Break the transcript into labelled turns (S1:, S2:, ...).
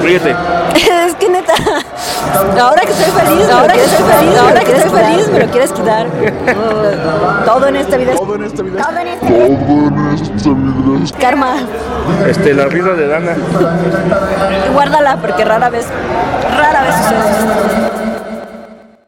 S1: morirte?
S2: es que neta, ahora que estoy feliz, ahora que estoy feliz, ahora que estoy feliz, me lo quieres quitar. Uh, Todo en esta vida es
S3: Todo en esta vida.
S2: Todo en esta vida es karma.
S1: Este, la risa de Dana.
S2: Y guárdala porque rara vez, rara vez sucede.